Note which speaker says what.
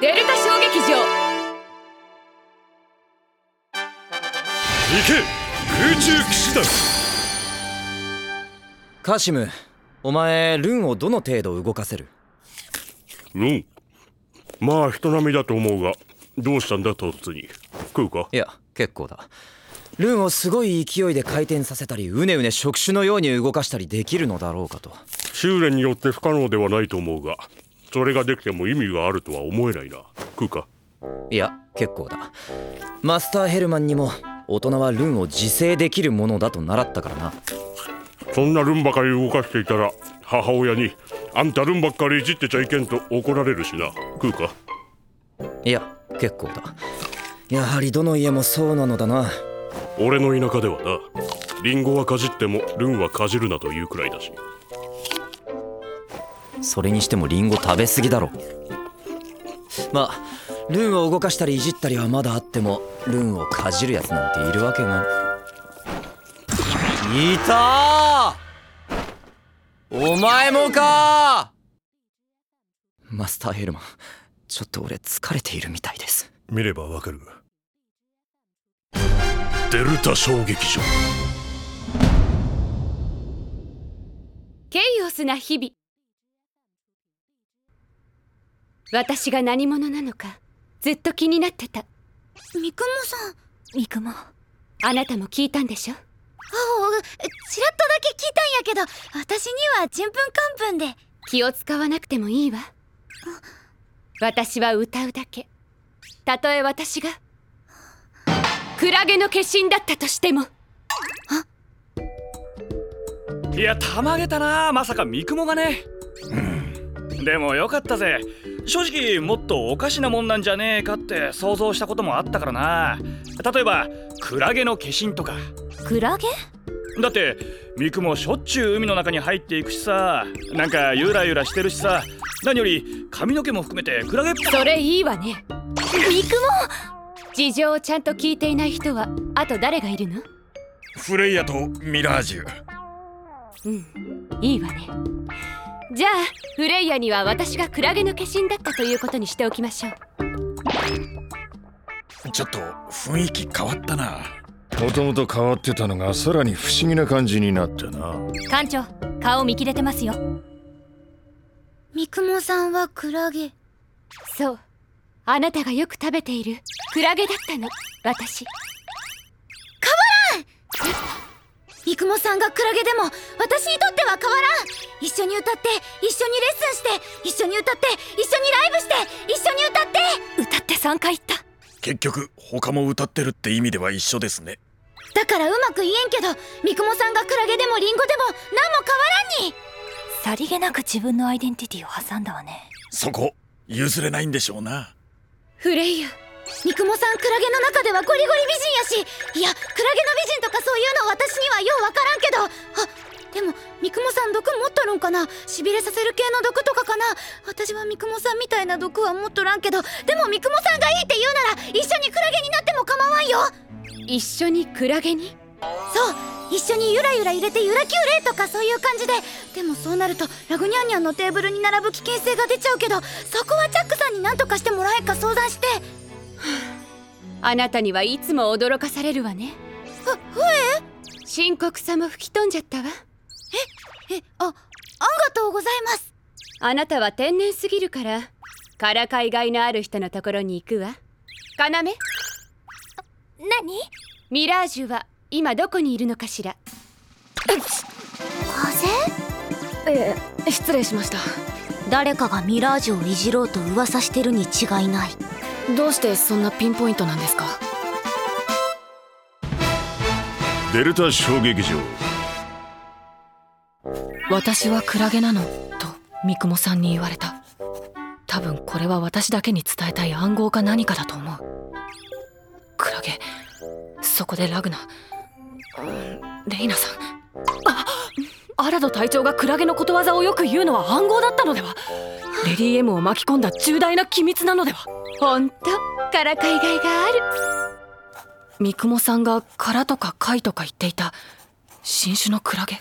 Speaker 1: デルタ小劇場
Speaker 2: 行け空中騎士団
Speaker 3: カシムお前ルンをどの程度動かせる
Speaker 2: うんまあ人並みだと思うがどうしたんだ突に食うか
Speaker 3: いや結構だルンをすごい勢いで回転させたりうねうね触手のように動かしたりできるのだろうかと
Speaker 2: 修練によって不可能ではないと思うがそれができても意味があるとは思えないな食うか
Speaker 3: いや結構だマスターヘルマンにも大人はルンを自制できるものだと習ったからな
Speaker 2: そんなルンばかり動かしていたら母親にあんたルンばっかりいじってちゃいけんと怒られるしな食うか
Speaker 3: いや結構だやはりどの家もそうなのだな
Speaker 2: 俺の田舎ではなリンゴはかじってもルンはかじるなというくらいだし
Speaker 3: それにしてもリンゴ食べ過ぎだろまあルンを動かしたりいじったりはまだあってもルンをかじるやつなんているわけがいたーお前もかーマスターヘルマンちょっと俺疲れているみたいです
Speaker 2: 見ればわかるデルタ小劇場
Speaker 1: ケイオスな日々私が何者なのかずっと気になってた
Speaker 4: 三雲さん三雲あ
Speaker 1: あなたも聞いたんでしょ
Speaker 4: おちらっとだけ聞いたんやけど私にはちんぷんかんぷんで
Speaker 1: 気を使わなくてもいいわ私は歌うだけたとえ私がクラゲの化身だったとしても
Speaker 5: いやたまげたなまさか三雲がね、でもよかったぜ正直もっとおかしなもんなんじゃねえかって想像したこともあったからな例えばクラゲの化身とか
Speaker 4: クラゲ
Speaker 5: だって三雲しょっちゅう海の中に入っていくしさなんかゆらゆらしてるしさ何より髪の毛も含めてクラゲっぽ
Speaker 1: それいいわね
Speaker 4: 三雲
Speaker 1: 事情をちゃんと聞いていない人はあと誰がいるの
Speaker 6: フレイヤとミラージュ
Speaker 1: うんいいわねじゃあフレイヤには私がクラゲの化身だったということにしておきましょう
Speaker 6: ちょっと雰囲気変わったな
Speaker 7: もともと変わってたのがさらに不思議な感じになったな
Speaker 4: 館長顔見切れてますよ三雲さんはクラゲ
Speaker 1: そうあなたがよく食べているクラゲだったの私
Speaker 4: 三雲さんがクラゲでも私にとっては変わらん一緒に歌って一緒にレッスンして一緒に歌って一緒にライブして一緒に歌って
Speaker 1: 歌って3回言った
Speaker 6: 結局他も歌ってるって意味では一緒ですね
Speaker 4: だからうまく言えんけど三雲さんがクラゲでもリンゴでも何も変わらんに
Speaker 8: さりげなく自分のアイデンティティを挟んだわね
Speaker 6: そこ譲れないんでしょうな
Speaker 1: フレイヤ
Speaker 4: 三雲さんクラゲの中ではゴリゴリ美人やしいやクラゲの美人とかそういうの私にはようわからんけどあでも三雲さん毒持っとるんかなしびれさせる系の毒とかかな私は三雲さんみたいな毒は持っとらんけどでも三雲さんがいいって言うなら一緒にクラゲになっても構わんよ
Speaker 1: 一緒にクラゲに
Speaker 4: そう一緒にゆらゆら入れてゆらきゅうれいとかそういう感じででもそうなるとラグニャンニャンのテーブルに並ぶ危険性が出ちゃうけどそこはチャックさんに何とかしてもらえんか相談して
Speaker 1: あなたにはいつも驚かされるわね
Speaker 4: ふふ
Speaker 1: え深刻さも吹き飛んじゃったわ
Speaker 4: えあありがとうございます
Speaker 1: あなたは天然すぎるからからかいがいのある人のところに行くわ要
Speaker 4: 何
Speaker 1: ミラージュは今どこにいるのかしら
Speaker 4: 風
Speaker 9: ええ失礼しました
Speaker 4: 誰かがミラージュをいじろうと噂してるに違いない
Speaker 9: どうしてそんなピンポイントなんですか
Speaker 2: デルタ小劇場
Speaker 9: 私はクラゲなのと三雲さんに言われた多分これは私だけに伝えたい暗号か何かだと思うクラゲそこでラグナ、うん、レイナさんあアラド隊長がクラゲのことわざをよく言うのは暗号だったのではレディー M を巻き込んだ重大な機密なのでは
Speaker 1: ほんとからかいがいがある
Speaker 9: 三雲さんが殻とか貝とか言っていた新種のクラゲ